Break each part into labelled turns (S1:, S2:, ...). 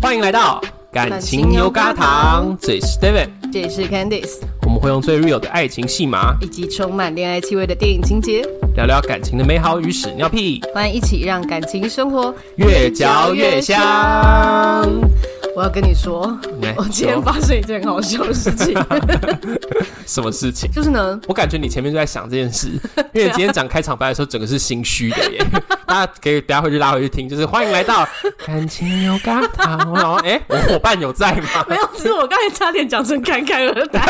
S1: 欢迎来到感情牛轧糖，这里是 David，
S2: 这也是 Candice，
S1: 我们会用最 real 的爱情戏码
S2: 以及充满恋爱气味的电影情节，
S1: 聊聊感情的美好与屎尿屁，
S2: 欢迎一起让感情生活。
S1: 越嚼越香。
S2: 我要跟你说
S1: 来，
S2: 我今天
S1: 说
S2: 发生一件很好笑的事情，
S1: 什么事情？
S2: 就是呢，
S1: 我感觉你前面就在想这件 事，因为你今天讲开场白的时候，整个是心虚的耶。 大家可以等一下回去拉回去听，就是欢迎来到感情牛轧糖。我想说，哎、我伙伴有在 吗？
S2: 没有，是我刚才差点讲成侃侃而谈，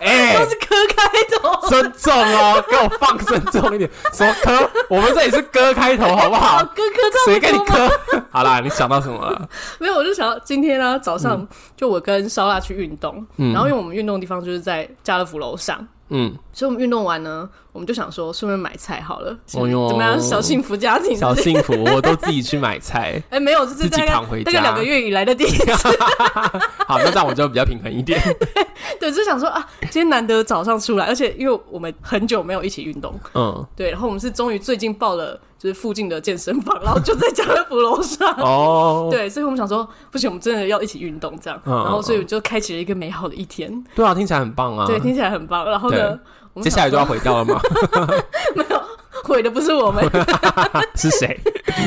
S1: 哎、
S2: 都是磕开头。
S1: 尊重哦，给我放尊重一点。什么歌？我们这里是歌开头，好不
S2: 哦，
S1: 好？
S2: 哥哥
S1: 谁
S2: 差
S1: 跟
S2: 不
S1: 你
S2: 多吗？
S1: 歌？ 好啦，你想到什么了？
S2: 没有，我就想到今天呢、早上、
S1: 嗯
S2: 就我跟烧腊去运动，然后因为我们运动的地方就是在家乐福楼上，
S1: 嗯，
S2: 所以我们运动完呢，我们就想说顺便买菜好了，是
S1: 哦哟
S2: 怎么样？小幸福家庭，
S1: 小幸福，我都自己去买 菜。
S2: 哎、没有，这是
S1: 自己
S2: 大概
S1: 扛回
S2: 大概
S1: 家
S2: 两个月以来的第一次。
S1: 好，那这样我就比较平衡一点。
S2: 对，就是想说啊，今天难得早上出来，而且因为我们很久没有一起运动，
S1: 嗯，
S2: 对，然后我们是终于最近报了就是附近的健身房，然后就在家乐福楼上。
S1: 哦，
S2: 对，所以我们想说，不行，我们真的要一起运动这样。
S1: 嗯
S2: 然后，所以我就开启了一个美好的一天。
S1: 对啊，听起来很棒啊。
S2: 对，听起来很棒。然后呢
S1: 对，
S2: 我们
S1: 接
S2: 想
S1: 下来就要毁掉了吗？
S2: 毁的不是我们，
S1: 是谁？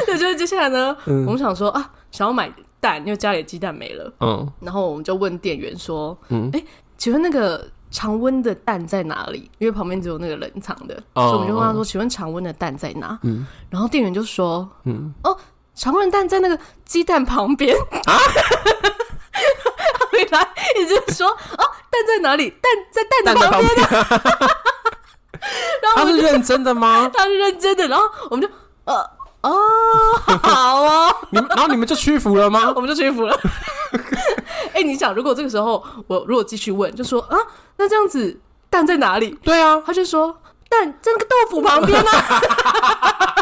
S2: 对，就是接下来呢，
S1: 嗯
S2: 我们想说啊，想要买蛋，因为家里的鸡蛋没了。
S1: 嗯，
S2: 然后我们就问店员说：“
S1: 嗯
S2: 嗯，哎，请问那个常温的蛋在哪里？因为旁边只有那个冷藏的，
S1: 哦
S2: 所以我们就问他说：‘请问常温的蛋在哪？’嗯，然后店员就说：‘嗯，哦，常温蛋在那个鸡蛋旁边啊。’ 回来也就是说：‘哦，蛋在哪里？蛋在蛋
S1: 蛋
S2: 的
S1: 在
S2: 旁
S1: 旁
S2: 边。
S1: 边。
S2: 然后
S1: 他
S2: 我们
S1: 是
S2: 就
S1: 认真的吗？
S2: 他是认真的，然后我们就呃哦， 好哦。”
S1: 你们，然后你们就屈服了吗？
S2: 我们就屈服了。 哎、你想，如果这个时候我如果继续问，就说啊，那这样子蛋在哪里？
S1: 对啊，
S2: 他就说蛋在那个豆腐旁边啊。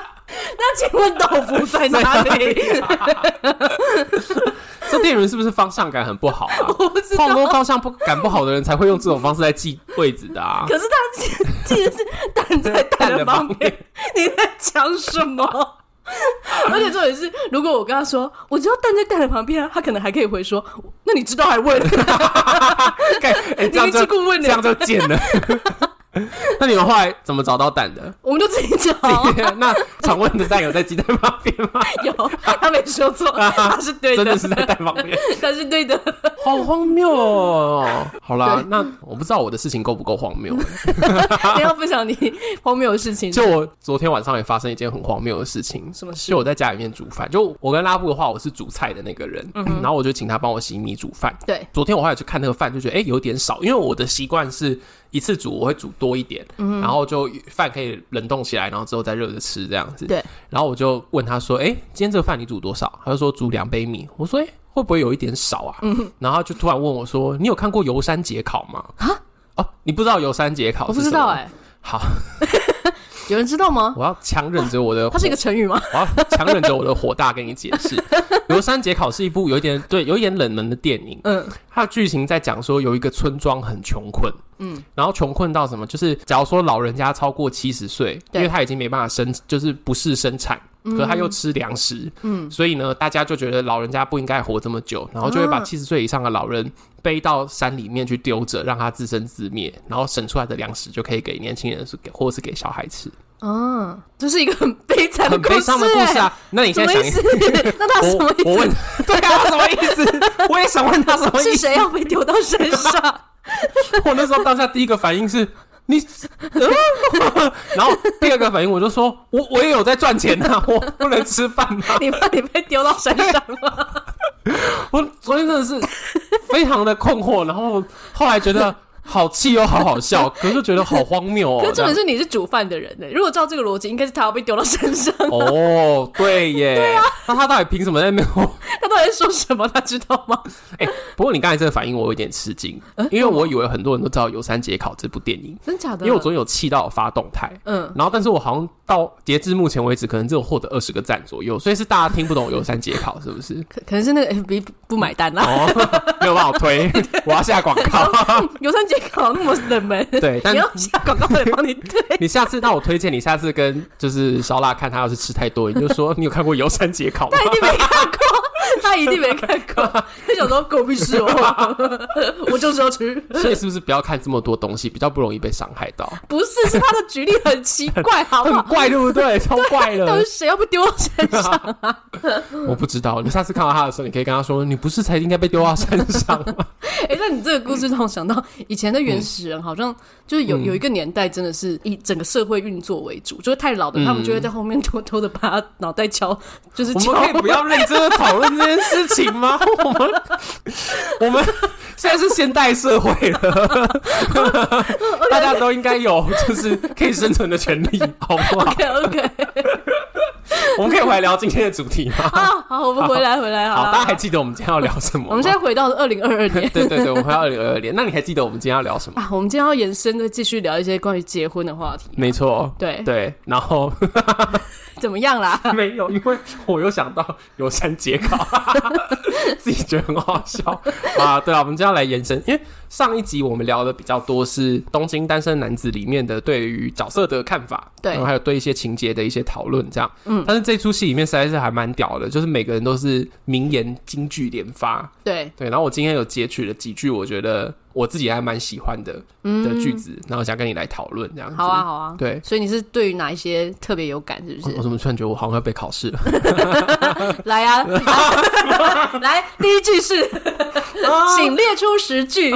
S2: 那请问豆腐在哪里？
S1: 这店员是不是方向感很不好啊？
S2: 我不知
S1: 通
S2: 道
S1: 常。都方向不感不好的人才会用这种方式来记位置的 啊。
S2: 可是他记记得是蛋在蛋的旁边，你在讲什么？ 而且重点是，如果我跟他说我知道蛋在蛋的旁边啊，他可能还可以回说，那你知道还问？
S1: 干哎，这样
S2: 你
S1: 就
S2: 是顾问呢
S1: 这样就贱了。 那你们后来怎么找到蛋的？
S2: 我们就自己讲啊。
S1: 那常温的蛋有在鸡蛋旁边吗？
S2: 有，他没说错，他是对
S1: 真
S2: 啊的，
S1: 的是在蛋旁边，
S2: 他是对的。
S1: 好荒谬哦！好啦
S2: 对，
S1: 那我不知道我的事情够不够荒谬。
S2: 你要分享你荒谬的事 情，
S1: 就我昨天晚上也发生一件很荒谬的事情，
S2: 什么事
S1: 就我在家里面煮饭，就我跟拉布的话，我是煮菜的那个人，然后我就请他帮我洗米煮饭。
S2: 对，
S1: 昨天我后来去看那个饭，就觉得哎、诶有点少，因为我的习惯是一次煮我会煮多一点，
S2: 嗯
S1: 然后就饭可以冷冻起来，然后之后再热着吃这样子。
S2: 对，
S1: 然后我就问他说：“哎、今天这个饭你煮多少？”他就说煮两杯米。我说：“哎、会不会有一点少啊？”
S2: 嗯
S1: 然后他就突然问我说：“你有看过游山解考吗？”啊？哦，你不知道游山解考？
S2: 我不知道哎、。
S1: 好，
S2: 有人知道吗？
S1: 我要强忍着我 的火，
S2: 它是一个成语吗？
S1: 我要强忍着我的火大跟你解释， 《游山解考》是一部有一点对有一点冷门的电影。
S2: 嗯，
S1: 它的剧情在讲说有一个村庄很穷困，嗯，然后穷困到什么，就是假如说老人家超过七十岁，因
S2: 对嗯
S1: 为他已经没办法生，就是不是生产。可他又吃粮食，嗯，所以呢，大家就觉得老人家不应该活这么久，然后就会把
S2: 啊
S1: 七十岁以上的老人背到山里面去丢着，让他自生自灭，然后省出来的粮食就可以给年轻人是给或是给小孩 吃，
S2: 嗯，这是一个很悲惨的
S1: 很
S2: 故
S1: 悲
S2: 事、
S1: 伤的故事
S2: 哎
S1: 啊。那你
S2: 什
S1: 现
S2: 么
S1: 在想一
S2: 意 思？那他什么意
S1: 我
S2: 思？
S1: 问， 对啊，他什么意思？我也想问他什么意
S2: 是
S1: 思。
S2: 谁要被丢到山 上？
S1: 我那时候当下第一个反应是。你，呃 然后第二个反应我就说，我我也有在赚钱啊， 我不能吃饭啊。
S2: 你怕你被丢到山上吗？
S1: 我昨天真的是非常的困惑，然后后来觉得好气又好好笑，可是觉得好荒谬哦。
S2: 可是重
S1: 这样
S2: 点是你是煮饭的人呢、如果照这个逻辑，应该是他要被丢到 山上。
S1: 哦，对 耶，
S2: 啊
S1: 那他到底凭什么在那边我
S2: 他到底在说什么？他知道吗？
S1: 哎、不过你刚才这个反应我有点吃惊，
S2: 呃
S1: 因为我以为很多人都知道《游山解考》这部电影，
S2: 真假的？
S1: 因为我昨天有气到发动态，
S2: 嗯，
S1: 然后，但是我好像到截至目前为止，可能只有获得二十个赞左右，所以是大家听不懂游山解考是不
S2: ？
S1: 是
S2: 可可能是那个 FB 不不买单啦、啊
S1: 哦，没有办法推，我要下广 告。
S2: 有三节考那么冷门，
S1: 对，但
S2: 你要下广告来帮你对，
S1: 你下次，那我推荐你下次跟就是烧腊看他要是吃太多，你就说你有看过游山解考吗
S2: 他？一定没看过，他一定没看过， 他想说狗屁事 哦，我就是要吃。
S1: 所以是不是不要看这么多东西，比较不容易被伤害到？
S2: 不是，是他的举例很奇怪，好不
S1: 很
S2: 好？
S1: 怪，对不 对？超怪
S2: 到
S1: 的
S2: 底。谁要被丢到 山上啊？
S1: 我不知道，你下次看到他的时候，你可以跟他说：“你不是才应该被丢到山上吗
S2: 哎、那你这个故事让我想到以前的原始人，好像就是
S1: 嗯
S2: 有、有一个年代，真的是以整个社会运作为主，就是太老的、他们就会在后面 偷偷的把他脑袋敲，就是？”
S1: 我
S2: 敲
S1: 们可以 不要认真的讨论这件事情吗？ 我们我们现在是现代社会了，大家都应该有就是可以生存的权利，好不好？
S2: OK OK
S1: 我们可以回来聊今天的主题吗？
S2: 啊，好，我们回来回来
S1: 好，
S2: 啦
S1: 大家还记得我们今天要聊什么吗？
S2: 我们现在回到二零二二 年
S1: 对对对，我们回到二零二二年。呃那你还记得我们今天要聊什么？
S2: 啊，我们今天要延伸再继续聊一些关于结婚的话题，
S1: 没错，
S2: 对
S1: 对，然后
S2: 怎么样啦？
S1: 没有，因为我又想到有山节 考，自己觉得很好笑啊。对啊，我们今天要来延伸，因为上一集我们聊的比较多是《东京单身男子》里面的对于角色的看法，
S2: 对
S1: 然后还有对一些情节的一些讨论，这样。嗯，但是这出戏里面实在是还蛮屌的，就是每个人都是名言金句连发，
S2: 对，
S1: 对，然后我今天有截取了几句，我觉得我自己还蛮喜欢的的句子，然后想跟你来讨论这样子。
S2: 嗯好啊，好啊。
S1: 对。哦
S2: 所以你是对于哪一些特别有感，是不
S1: 我我
S2: 是？
S1: 怎么突然觉得我好像要被考试了？哦
S2: 来啊，来，第一句是，请列出十句，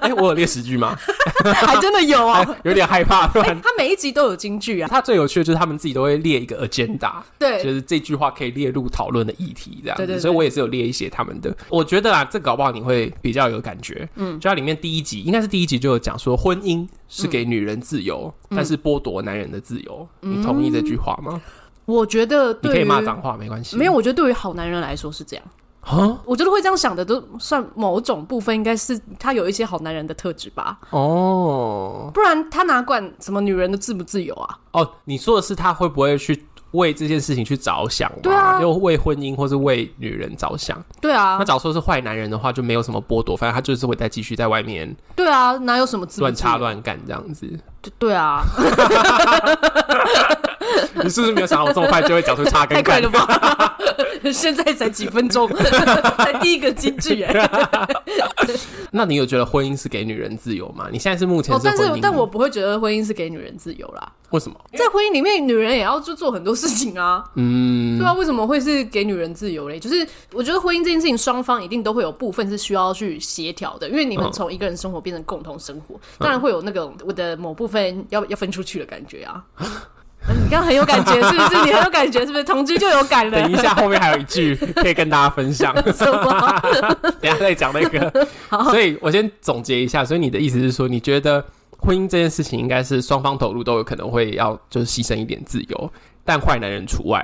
S1: 哎、我有列十句吗？
S2: 还真的有啊。哎
S1: 有点害怕，突哎然。
S2: 他每一集都有金句啊，
S1: 他最有趣的就是他们自己都会列一个 agenda，就
S2: 对，
S1: 是这句话可以列入讨论的议题这样子。
S2: 对对对
S1: 所以我也是有列一些他们的。我觉得啊，这搞不好你会比较有感觉。嗯，就它里面第一集应该是第一集就有讲说，婚姻是给女人自由，
S2: 嗯
S1: 但是剥夺男人的自由。你同意这句话吗？
S2: 我觉得
S1: 你可
S2: 嗯对
S1: 以
S2: 于
S1: 骂脏话没关系。
S2: 没有，我觉得对于好男人来说是这样。
S1: 啊？
S2: 我觉得会这样想的，都算某种部分，应该是他有一些好男人的特质吧，
S1: 哦
S2: 不然他哪管什么女人的自不自由啊？
S1: 哦，你说的是他会不会去为这件事情去着想吗？
S2: 对啊
S1: 又为婚姻或是为女人着想。
S2: 对啊
S1: 那，假如说是坏男人的话，就没有什么剥夺，反正他就是会再继续在外面
S2: 对啊，哪有什么自不
S1: 乱
S2: 自
S1: 插
S2: 由？
S1: 乱干这样子。
S2: 对对啊，
S1: 你是不是没有想到我这么快就会讲出插
S2: 太
S1: 跟
S2: 快
S1: 干
S2: 了？吧！ 现在才几分钟，才第一个金句耶。
S1: 那你有觉得婚姻是给女人自由吗？你现在是目前
S2: 哦，但
S1: 婚姻吗、
S2: 是但我不会觉得婚姻是给女人自由啦，
S1: 为什么？
S2: 在婚姻里面，女人也要就做很多事情啊。
S1: 嗯，
S2: 对啊，为什么会是给女人自由嘞？就是我觉得婚姻这件事情，双方一定都会有部分是需要去协调的，因为你们
S1: 嗯
S2: 从一个人生活变成共同生活，当然会有那种我的某部分要 要分出去的感觉 啊。嗯你刚刚很有感觉，是不是？你很有感觉，是不是？同居就有感了
S1: 等一，下后面还有一句可以跟大家分享，
S2: 什么？
S1: 等一下再讲那 个。所以我先总结一下，所以你的意思是说，你觉得婚姻这件事情应该是双方投入都有可能会要就是牺牲一点自由，但坏男人除外，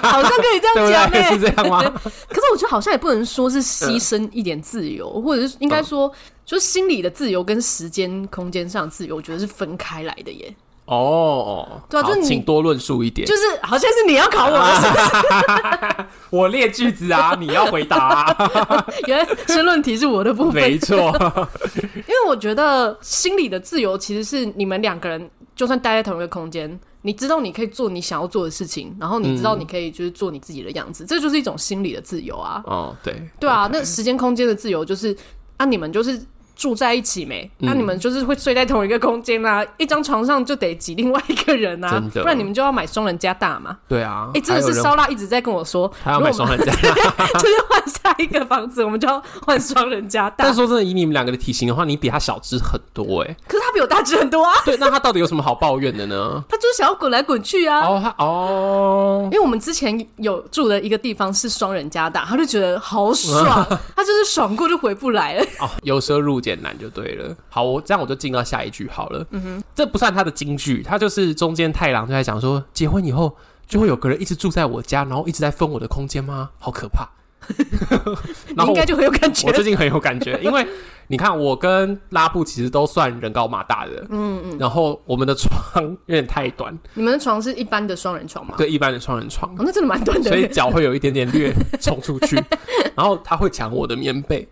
S2: 好像可以
S1: 对
S2: 这
S1: 不
S2: 样 讲欸
S1: 对？
S2: 嘞
S1: 是。这样吗？
S2: 可是我觉得好像也不能说是牺牲一点自由，或者是应该说，就是心理的自由跟时间、空间上的自由，我觉得是分开来的耶。
S1: 哦，
S2: 对啊
S1: 好
S2: 就是你
S1: 请多论述一点。
S2: 就是好像是你要考我的是
S1: 我列句子啊，你要回答、 啊，
S2: 不是， 原来申论题是我的部分，
S1: 没错。
S2: 因为我觉得心理的自由其实是你们两个人就算待在同一个空间，你知道你可以做你想要做的事情，然后你知道你可以就是做你自己的样子，这就是一种心理的自由啊。
S1: 哦，对，
S2: 对啊，那时间空间的自由就是啊，你们就是住在一起没？
S1: 嗯
S2: 那、你们就是会睡在同一个空间啦、一张床上就得挤另外一个人啊
S1: 真，的
S2: 不然你们就要买双人加大嘛。
S1: 对啊。
S2: 哎、真
S1: 还
S2: 的
S1: 有
S2: 是
S1: 人
S2: 烧腊一直在跟 我说，
S1: 他要买双人家，
S2: 就是换下一个房子，我们就要换双人加 大
S1: 但。说真的，以你们两个的体型的话，你比他小只很多 哎、
S2: 可是他比我大只很多啊，
S1: 对，那他到底有什么好抱怨的呢？
S2: 他就是想要滚来滚去啊。
S1: 哦，他哦
S2: 因，为我们之前有住的一个地方是双人加大，他就觉得好 爽，他就是爽过就回不来了。
S1: 哦，由奢入俭难就对了。好，我这样我就进到下一句好了。嗯哼，这不算他的金句，他就是中间太郎就在讲说，结婚以后就会有个人一直住在我家，然后一直在分我的空间吗？好可 怕。
S2: 你应该就很有感觉
S1: 我。最近很有感 觉，因为你看，我跟拉布其实都算人高马大的，嗯嗯，然后我们的床有点太短，
S2: 你们的床是一般的双人床吗？
S1: 对一般的双人 床，
S2: 哦，那真的蛮短的。
S1: 嗯所以脚会有一点点略冲出 去，然后他会抢我的棉被。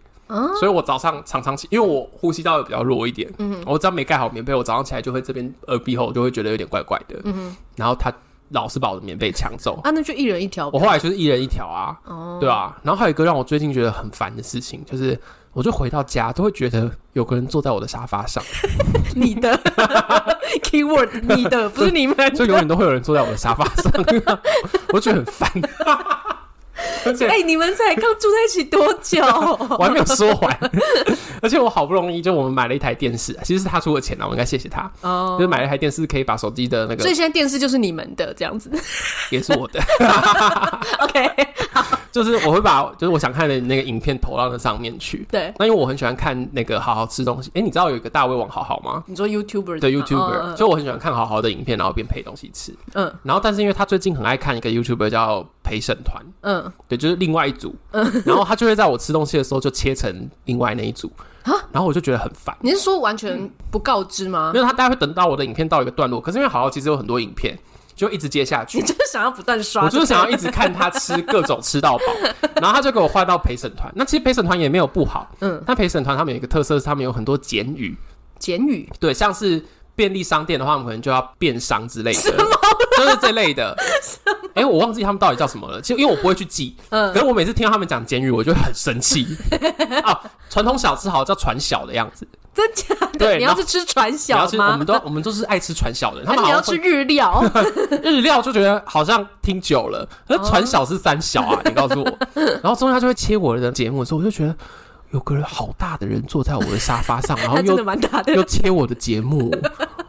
S1: 所以我早上常常起，因为我呼吸道也比较弱一点，嗯，我只要没盖好棉被，我早上起来就会这边耳鼻喉就会觉得有点怪怪的，嗯，然后他老是把我的棉被抢走。
S2: 啊，那就一人一条。
S1: 我后来就是一人一条啊，
S2: 哦，
S1: 对啊。然后还有一个让我最近觉得很烦的事情，就是我就回到家都会觉得有个人坐在我的沙发上，
S2: 你 的 keyword，你的不是你们
S1: 就
S2: 的。
S1: 永远都会有人坐在我的沙发 上，我觉得很烦。而且
S2: 哎、你们才刚住在一起多久？
S1: 我还没有说 完，而且我好不容易就我们买了一台电视，其实是他出的钱啊，我应该谢谢他。
S2: 哦
S1: 就是买了一台电视，可以把手机的那
S2: 所以
S1: 个
S2: 现在电视就是你们的这 样子
S1: 也是我的，
S2: ，OK？
S1: 就是我会把就是我想看的那个影片投到那上面去。
S2: 对，
S1: 那因为我很喜欢看那个好好吃东西，哎、你知道有一个大胃王好好吗？
S2: 你说 YouTuber
S1: 对
S2: 吗
S1: YouTuber，、
S2: 哦
S1: 所以我很喜欢看好好的影片，然后边配东西吃。
S2: 嗯
S1: 然后，但是因为他最近很爱看一个 YouTuber 叫陪审团，
S2: 嗯
S1: 对，就是另外一组，然后他就会在我吃东西的时候就切成另外那一组，
S2: 啊
S1: 然后我就觉得很烦。
S2: 你是说完全不告知吗？
S1: 因为他大概会等到我的影片到一个段落，可是因为好好其实有很多影片，就一直接下
S2: 你
S1: 去。
S2: 就是想要不断刷，
S1: 我就是想要一直看他吃各种吃 到饱，然后他就给我换到陪审团。那其实陪审团也没有不好，
S2: 嗯，
S1: 但陪审团他们有一个特色是他们有很多简语，
S2: 简语，
S1: 对，像是便利商店的话，我们可能就要便商之类的，就是这类的。哎、我忘记他们到底叫什么了，其实因为我不会去记，
S2: 嗯
S1: 可是我每次听到他们讲简语，我就会很生 气。哦，传统小吃好像叫传小的样子，
S2: 真假的？
S1: 对
S2: 你
S1: 然
S2: 要
S1: 后
S2: 是吃船
S1: 然后
S2: 小
S1: 是哦我
S2: 吗
S1: 们？都我们都是爱吃传小的，他
S2: 还是
S1: 们
S2: 你
S1: 好
S2: 要
S1: 像
S2: 吃 日料？
S1: 日料就觉得好像听久了，那传小是三小
S2: 哦
S1: 啊，你告诉 我。然后中间他就会切我的节目的时候，我就觉得有个人好大的人坐在我的沙发 上，然后
S2: 它真的
S1: 又
S2: 蛮大 的
S1: 又，切我的节目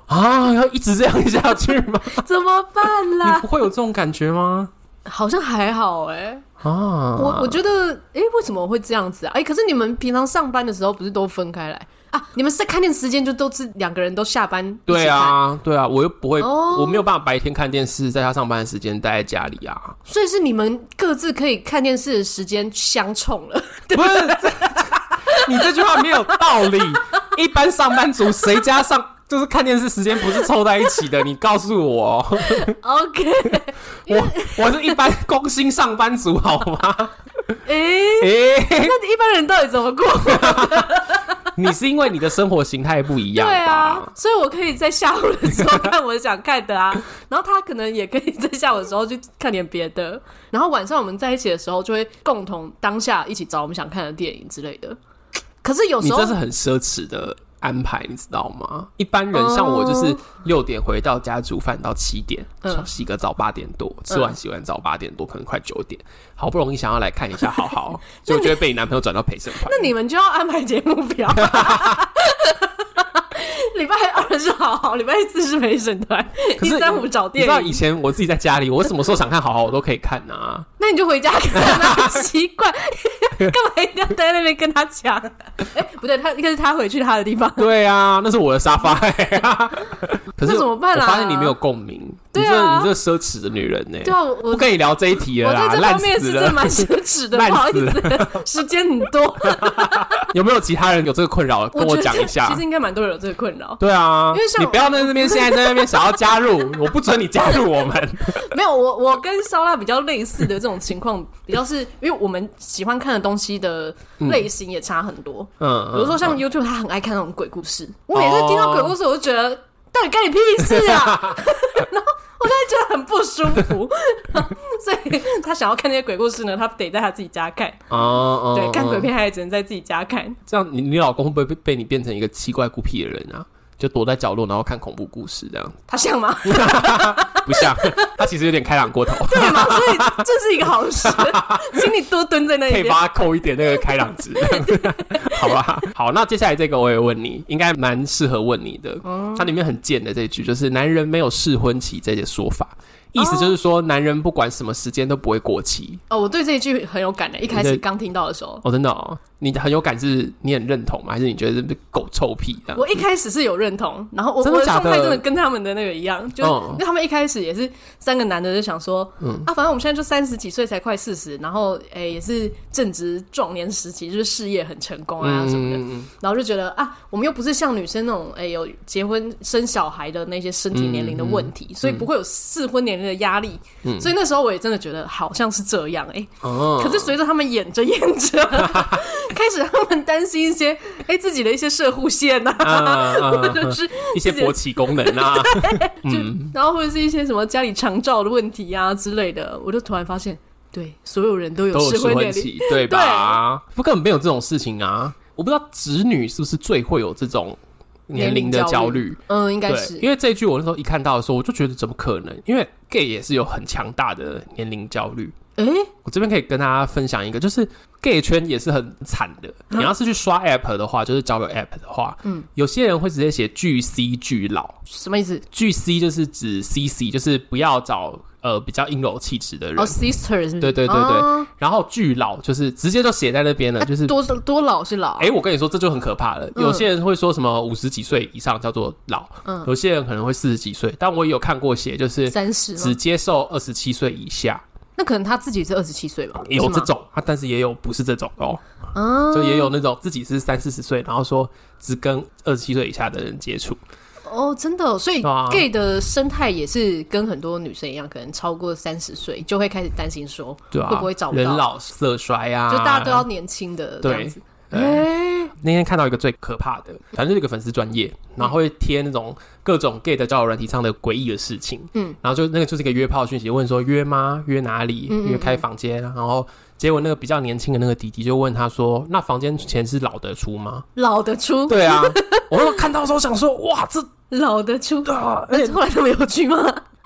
S1: 啊，要一直这样下去 吗？
S2: 怎么办
S1: 你
S2: 啦？
S1: 不会有这种感觉吗？
S2: 好像还好哎、
S1: 啊，
S2: 我我觉得，哎、为什么会这样子啊？哎、可是你们平常上班的时候不是都分开来啊？你们是在看店时间就都是两个人都下班一起
S1: 对啊，对啊，我又不会，
S2: 哦
S1: 我没有办法白天看电视，在他上班的时间待在家里啊。
S2: 看，所以是你们各自可以看电视的时间相冲了。
S1: 不是，这 你这句话没有道理。一般上班族谁加上就是看电视时间不是凑在一起的？你告诉我，
S2: OK，
S1: 我我是一般工薪上班族好 吗？
S2: 哎、
S1: 诶、
S2: 那一般人到底怎 么过？
S1: 你是因为你的生活形态不一
S2: 对
S1: 样
S2: 啊
S1: 吧？，
S2: 所以我可以在下午的时候看我想 看的啊，然后他可能也可以在下午的时候去看点别的，然后晚上我们在一起的时候就会共同当下一起找我们想看的电影之类的。可是有
S1: 你
S2: 时候
S1: 这是很奢侈的安排，你知道吗？一般人像我就是
S2: 哦
S1: 六点回到家煮饭到七点，
S2: 嗯
S1: 洗个澡八点多，吃完洗完澡八点多，可能快九点，好不容易想要来看一下好 好，结果就会被你男朋友转到陪审团。
S2: 那你们就要安排节目表。 礼拜二是好好，礼拜四是陪审团，
S1: 可
S2: 一
S1: 是
S2: 三五找
S1: 你知道
S2: 电
S1: 以
S2: 影，
S1: 前我自己在家里，我什么时候想看好好我都可以看啊。
S2: 那你就回家看啊，奇 怪，干嘛一定要待在那边跟他讲？哎、不对，他应该是他回去他的地方。
S1: 对啊，那是我的沙发、 欸。可是
S2: 那怎么办啊
S1: 我发现你没有共鸣，
S2: 对啊
S1: 你这你这奢侈的女人呢、
S2: 对啊，我
S1: 不
S2: 我
S1: 跟你聊这一题了
S2: 我
S1: 啦，
S2: 对这
S1: 烂
S2: 方面
S1: 死
S2: 是真的
S1: 了。
S2: 蛮奢侈的，
S1: 烂
S2: 不好意
S1: 死
S2: 思，时间很多。
S1: 有没有其他人有这个困扰？ 跟
S2: 觉得
S1: 讲一下
S2: 其。实应该蛮多人有这个困扰。
S1: 对啊，
S2: 因为像
S1: 你不要在那边现在在那边想要加 入，我不准你加入我们。
S2: 没有，我我跟烧腊比较类似的这种情况，比较是因为我们喜欢看的东西的类型也差很多。
S1: 嗯，哦
S2: 比如说像 YouTube，他很爱看那种鬼故事，我每次听到鬼故事，我就觉得到底干你屁事啊！ 然后我就会觉得很不舒服， 所以他想要看那些鬼故事呢，他得在他自己家看。
S1: 哦哦，
S2: 对，看鬼
S1: 哦，
S2: 片他也只能在自己家看。
S1: 这样你你老公会不会被被你变成一个奇怪孤僻的人啊？就躲在角落，然后看恐怖故事这样，
S2: 他像吗？
S1: 不 像他其实有点开朗过头。
S2: 对嘛，所以这是一个好 事，请你多蹲在那
S1: 可以
S2: 边。
S1: 帮他扣一点那个开朗值，好吧？好，那接下来这个我也问你，应该蛮适合问你的。
S2: 哦
S1: 它里面很贱的这一句就是“男人没有适婚期”这些说法，
S2: 哦
S1: 意思就是说男人不管什么时间都不会过期。
S2: 哦，我对这一句很有感的，欸一开
S1: 你
S2: 始
S1: 的
S2: 刚听到的时候，
S1: 哦，真的哦，你很有感是，你很认同吗？还是你觉得这是狗臭屁这样？
S2: 我一开始是有认同，然后我
S1: 真的
S2: 我的
S1: 假的
S2: 状态真的跟他们的那个一样，就是、
S1: 嗯
S2: 因为他们一开始也是三个男的就想说，啊，反正我们现在就三十几岁才快四十，然后诶、也是正值壮年时期，就是事业很成功啊什么的，
S1: 嗯，
S2: 然后就觉得啊，我们又不是像女生那种诶、有结婚生小孩的那些身体年龄的问
S1: 嗯
S2: 题，所以不会有适婚年龄的压力，所以 那时候我也真的觉得好像是这样诶、
S1: 哦，
S2: 可是随着他们演着演着， 开始他们担心一些哎、自己的一些射护线呐、
S1: 啊 啊
S2: 或
S1: 啊
S2: 者是
S1: 一些勃起功能啊，
S2: 就、
S1: 嗯，
S2: 然后或者是一些什么家里长照的问题啊之类的，我就突然发现，对，所有人都有
S1: 都有
S2: 失
S1: 失
S2: 婚
S1: 婚
S2: 年龄，
S1: 期，对吧？不，根本没有这种事情啊！我不知道直女是不是最会有这种年龄的焦虑。
S2: 嗯，应该
S1: 对，
S2: 是
S1: 因为这一句我那时候一看到的时候，我就觉得怎么可能？因为 gay 也是有很强大的年龄焦虑。
S2: 哎、
S1: 我这边可以跟大家分享一个，就是 gay 圈也是很惨的。
S2: 嗯
S1: 你要是去刷 app 的话，就是交友 app 的话，嗯，有些人会直接写巨 C 巨老，
S2: 什么意思？
S1: 巨 C 就是指 CC，就是不要找呃比较阴柔气质的人。
S2: 哦，sister 是不是？
S1: 对对对对
S2: 啊
S1: 然后巨老就是直接就写在那边了，就是
S2: 多多老是老，
S1: 哎、我跟你说，这就很可怕了。
S2: 嗯
S1: 有些人会说什么五十几岁以上叫做老，
S2: 嗯
S1: 有些人可能会四十几岁，但我也有看过写就是
S2: 三十哦
S1: 只
S2: 吗？
S1: 接受二十七岁以下，
S2: 那可能他自己是二十七岁吧？
S1: 也有
S2: 是吗
S1: 这种啊，但是也有不是这种哦，
S2: 啊，
S1: 就也有那种自己是三四十岁，然后说只跟二十七岁以下的人接触，
S2: 哦，真的哦，所以
S1: 对啊
S2: gay 的生态也是跟很多女生一样，可能超过三十岁就会开始担心说，
S1: 对啊，
S2: 会不会找不到
S1: 人老色衰啊？
S2: 就大家都要年轻的这样子。
S1: 对
S2: 哎、
S1: 那天看到一个最可怕的，反正就是一个粉丝专业，然后会贴那种各种 gay 的交友软体上的诡异的事情，
S2: 嗯
S1: 嗯，然后就那个就是一个约炮讯息，问说约吗？约哪里？
S2: 嗯嗯嗯
S1: 约开房间？然后结果那个比较年轻的那个弟弟就问他说：“那房间钱是老的出吗
S2: 老得？”出，
S1: 对啊，我那时候看到的时候想说：“哇，这
S2: 老得出。
S1: 啊，而
S2: 那
S1: 且
S2: 后来他们有去吗？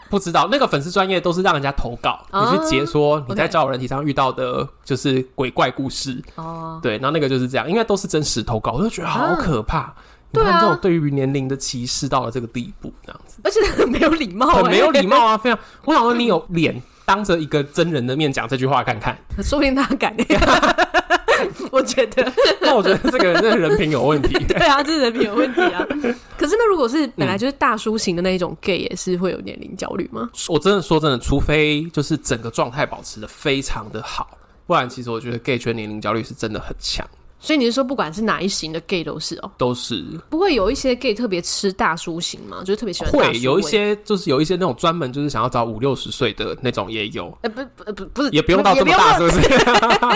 S1: 不知道那个粉丝专业都是让人家投稿，
S2: 啊
S1: 你去解说你在
S2: OK
S1: 交友软体上遇到的就是鬼怪故事，
S2: 哦，
S1: 对，然后那个就是这样，因为都是真实投稿，我就觉得好可怕。你
S2: 对啊
S1: 看这种对于年龄的歧视到了这个地步，这样子
S2: 而且很没有礼貌、欸
S1: 很没有礼
S2: 貌。
S1: 貌啊！非常，我想说你有脸当着一个真人的面讲这句话看 看。
S2: 说不定他改，我觉得
S1: 那我觉得这个人真的人品有问题。
S2: 对啊，这人品有问题啊。可是那如果是本来就是大叔型的那一种 gay，也是会有年龄焦虑吗？
S1: 我真的说真的，除非就是整个状态保持的非常的好，不然其实我觉得 gay 圈年龄焦虑是真的很强，
S2: 所以你是说不管是哪一型的 gay 都是哦？
S1: 都是
S2: 不会有一些 gay 特别吃大叔型吗？就是特别喜欢大叔
S1: 会
S2: 味
S1: 有一，些就是有一些那种专门就是想要找五六十岁的那种也有，
S2: 呃，不不不不是，
S1: 也不用到这么
S2: 也
S1: 大，
S2: 不
S1: 是
S2: 用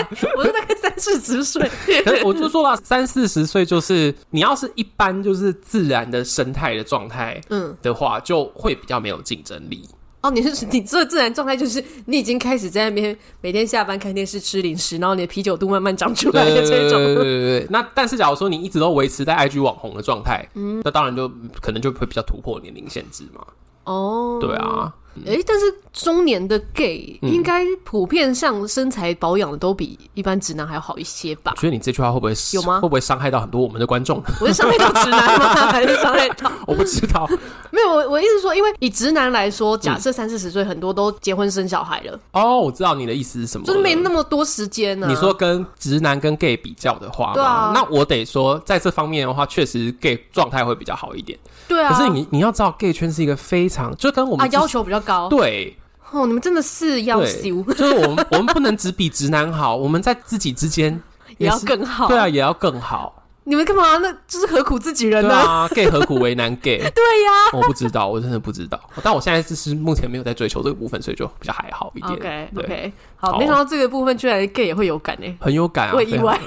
S1: 不是？
S2: 我是大概三四十岁，
S1: 可是我就说了，三四十岁就是你要是一般就是自然的生态的状态
S2: 嗯，
S1: 的话，就会比较没有竞争力。
S2: 哦，你是你这自然状态就是你已经开始在那边每天下班看电视吃零食，然后你的啤酒肚慢慢长出来的这
S1: 对
S2: 种，
S1: 对对。那但是假如说你一直都维持在 IG 网红的状态，
S2: 嗯
S1: 那当然就可能就会比较突破年龄限制嘛。
S2: 哦，
S1: 对啊，
S2: 诶，但是中年的 gay
S1: 嗯
S2: 应该普遍上身材保养的都比一般直男还要好一些吧
S1: 我？觉得你这句话会不会
S2: 有吗
S1: 会不会伤害到很多我们的观众？
S2: 我是伤害到直男吗？还是伤害到？
S1: 我不知道
S2: 没有，我我意思说，因为以直男来说，假设嗯三四十岁，很多都结婚生小孩了，
S1: 哦，我知道你的意思是什么了，
S2: 就是没那么多时间啊呢、
S1: 你说跟直男跟 gay 比较的话嘛，
S2: 对啊
S1: 那我得说，在这方面的话，确实 gay 状态会比较好一点。
S2: 对啊？
S1: 可是你你要知道，gay 圈是一个非常就跟我们
S2: 啊，
S1: 之
S2: 要求比较高
S1: 对，
S2: 哦，你们真的是要
S1: 对
S2: 修，
S1: 就是我们我们不能只比直男好，我们在自己之间
S2: 也要
S1: 是
S2: 更好。
S1: 对啊，，也要更好。
S2: 你们干嘛？那就是何苦自己人
S1: 对
S2: 呢、
S1: 啊，gay 何苦为难 gay？
S2: 对呀、
S1: 我不知道，我真的不知道。但我现在就是目前没有在追求这个部分，所以就比较还好一点。
S2: OK
S1: 对
S2: OK，好，
S1: 好
S2: 没想到这个部分居然 gay 也会有感呢、欸
S1: 很有感啊，
S2: 我也意
S1: 非常
S2: 外。，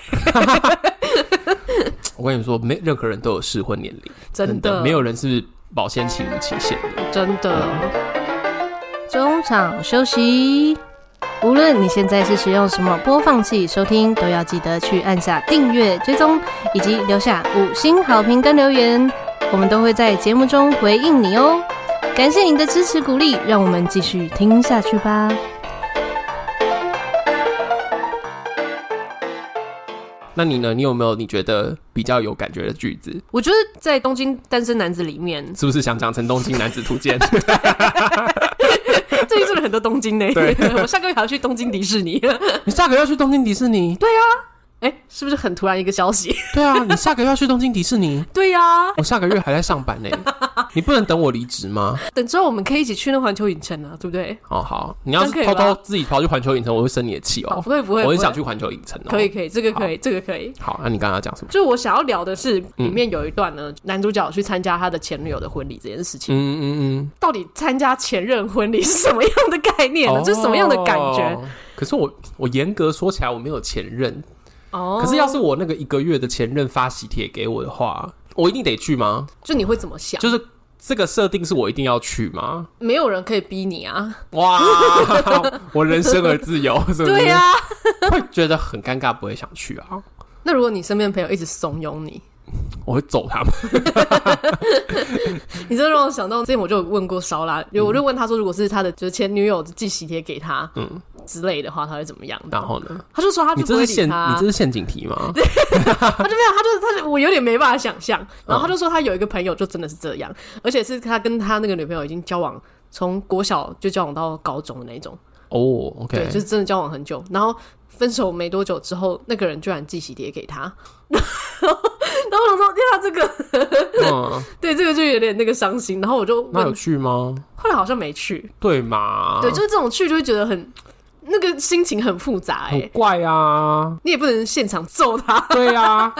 S1: 我跟你说，没任何人都有适婚年龄，
S2: 真的
S1: 的没有人是保鲜期无期限的。
S2: 真的。中场休息。无论你现在是使用什么播放器收听，都要记得去按下订阅、追踪，以及留下五星好评跟留言，我们都会在节目中回应你哦。感谢你的支持鼓励，让我们继续听下去吧。
S1: 那你呢？你有没有你觉得比较有感觉的句子？
S2: 我觉得在《东京单身男子》里面，
S1: 是不是想讲成《东京男子图鉴》？
S2: 最近做了很多东京呢
S1: 对
S2: 我下个月还要去东京迪士尼。
S1: 你下个月要去东京迪士尼？对
S2: 哎、是不是很突然一个消息？
S1: 对啊，你下个月要去东京迪士尼？
S2: 对呀、
S1: 我下个月还在上班呢，你不能等我离职吗？
S2: 等之后我们可以一起去那环球影城啊，对不对？
S1: 哦，好，你要
S2: 这
S1: 是
S2: 样
S1: 偷
S2: 可以吧
S1: 偷自己跑去环球影城，我会生你的气
S2: 哦，
S1: 哦
S2: 不。会不会，
S1: 我很
S2: 不会
S1: 想去环球影城哦。
S2: 可以。可以，这个可以，这个可以。
S1: 好，那你刚刚要讲什么？
S2: 就是我想要聊的是，
S1: 嗯
S2: 里面有一段呢，男主角去参加他的前女友的婚礼这件事情，
S1: 嗯嗯嗯，
S2: 到底参加前任婚礼是什么样的概念呢？
S1: 哦
S2: 这是什么样的感觉？
S1: 可是我我严格说起来，我没有前任，
S2: 哦
S1: 可是要是我那个一个月的前任发喜帖给我的话，我一定得去吗？
S2: 就你会怎么想？
S1: 就是这个设定是我一定要去吗？
S2: 没有人可以逼你啊。
S1: 哇， 我人生而自由，是不是？
S2: 对啊呀、
S1: 会觉得很尴尬，不会想去啊。
S2: 那如果你身边朋友一直怂恿你，
S1: 我会揍他们。
S2: 你这让我想到之前我就有问过烧拉，
S1: 嗯
S2: 我就问他说，如果是他的就是前女友寄喜帖给他，嗯之类的话，他会怎么样？
S1: 然后呢？
S2: 他就说他
S1: 啊你
S2: 就不
S1: 这
S2: 会
S1: 是
S2: 理
S1: 陷，
S2: 他啊，
S1: 你这是陷阱题吗？
S2: 他就没有，他就他就我有点没办法想象。然
S1: 嗯
S2: 后他就说他有一个朋友就真的是这样，而且是他跟他那个女朋友已经交往，从国小就交往到高中的那种，
S1: 哦，OK、
S2: 对，
S1: o
S2: 就
S1: k
S2: 是真的交往很久。然后分手没多久之后，那个人居然寄喜帖给他， 然后然后我想说，天啊，这个
S1: 嗯，
S2: 对这个就有点那个伤心。然后我就
S1: 那有啊
S2: 问，
S1: 去吗？
S2: 后来好像没去，
S1: 对嘛？
S2: 对，就是这种去就会觉得很那个心情很复杂哎、
S1: 很怪啊。
S2: 你也不能现场揍他，
S1: 对啊，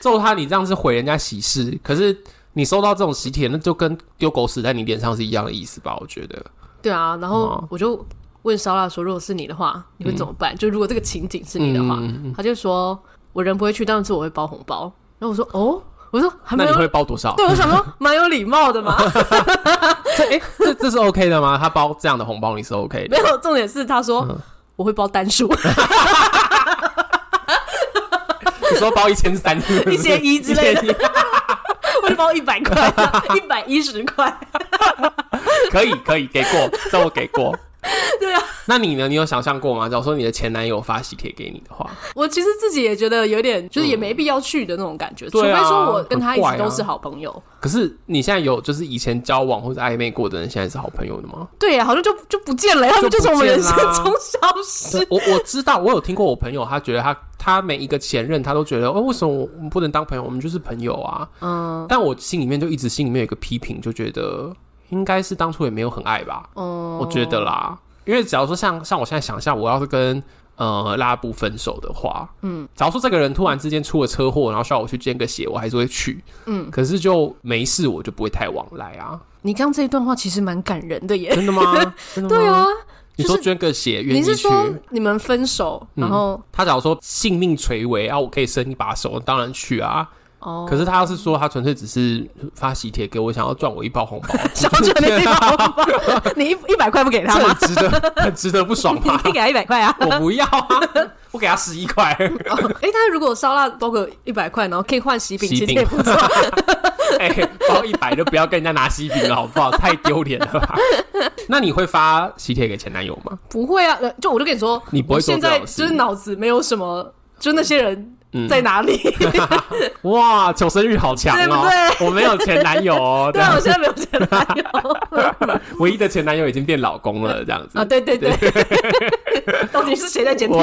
S1: 揍他你这样是毁人家喜事，可是你收到这种喜帖，那就跟丢狗屎在你脸上是一样的意思吧？我觉得。
S2: 对啊，然后
S1: 哦
S2: 我就问烧腊说：“如果是你的话，你会怎么办？就如果这个情景是你的话，
S1: 嗯
S2: 他就说：“我人不会去，但是我会包红包。”然后我说：“哦，我说还
S1: 那
S2: 蛮
S1: 你
S2: 有，
S1: 会包多 少？
S2: 对我想 说蛮有礼貌的嘛。
S1: 这哎、这这是 OK 的吗？他包这样的红包你是 OK
S2: 没
S1: 的？
S2: 有，重点是他说、
S1: 嗯
S2: 我会包单数，
S1: 你说包一千三、
S2: 一千一之类的
S1: 一千一，
S2: 我就包一百块， 一百一十块。
S1: 可以可以给过，这我给过。
S2: 对啊，
S1: 那你呢？你有想象过吗？假如说你的前男友发喜帖给你的话，
S2: 我其实自己也觉得有点，就是也没必要去的那种感觉，除
S1: 对
S2: 非
S1: 啊
S2: 说我跟他一
S1: 很
S2: 直
S1: 怪啊
S2: 都是好朋友。
S1: 可是你现在有就是以前交往或者暧昧过的人，现在是好朋友的吗？
S2: 对呀、啊好像就就不见了，他们就从我们人
S1: 就
S2: 生
S1: 不见啦
S2: 中消失。
S1: 我我知道，我有听过我朋友，他觉得他他每一个前任，他都觉得哦，为什么我们不能当朋友？我们就是朋友啊。
S2: 嗯
S1: 但我心里面就一直心里面有一个批评，就觉得应该是当初也没有很爱吧，
S2: 嗯，
S1: 我觉得啦。因为假如说像像我现在想象，我要是跟呃拉布分手的话，嗯，假如说这个人突然之间出了车祸，然后需要我去捐个血，我还是会去，嗯，可是就没事，我就不会太往来啊。
S2: 你刚刚这一段话其实蛮感人的耶。
S1: 真的 吗？真的吗？
S2: 对，啊，
S1: 你
S2: 就是
S1: 说嗯捐个血，愿
S2: 你
S1: 意
S2: 是
S1: 去。
S2: 说你们分手，然后、
S1: 他假如说性命垂危啊，我可以伸一把手，当然去啊。
S2: 哦，
S1: 可是他要是说他纯粹只是发喜帖给我，想要赚我一包 红包，
S2: 小卷你这个你一一百块不给他
S1: 这
S2: 吗？
S1: 很值得，很值得不爽
S2: 你
S1: 吧？
S2: 可以给他一百 块啊。
S1: 我不要啊，我给他十一块。
S2: 哎、但是如果烧腊包个一百块，然后可以换喜饼，
S1: 喜
S2: 其
S1: 饼
S2: 实也 不错。
S1: 哎、包一百就不要跟人家拿喜饼了，好不好？太丢脸了 吧？那你会发喜帖给前男友吗？
S2: 不会啊，呃就我就跟你说，
S1: 你不会
S2: 我
S1: 做
S2: 现
S1: 这种
S2: 在
S1: 事
S2: 就是脑子没有什么，就那些人
S1: 嗯
S2: 在哪里？
S1: 哇，求生欲好强哦、
S2: 对
S1: 我没有前男友 哦、这
S2: 对啊，
S1: 样
S2: 我现在没有前男友
S1: 唯一的前男友已经变老公了，这样子
S2: 啊。对对对， 到底是谁在监听？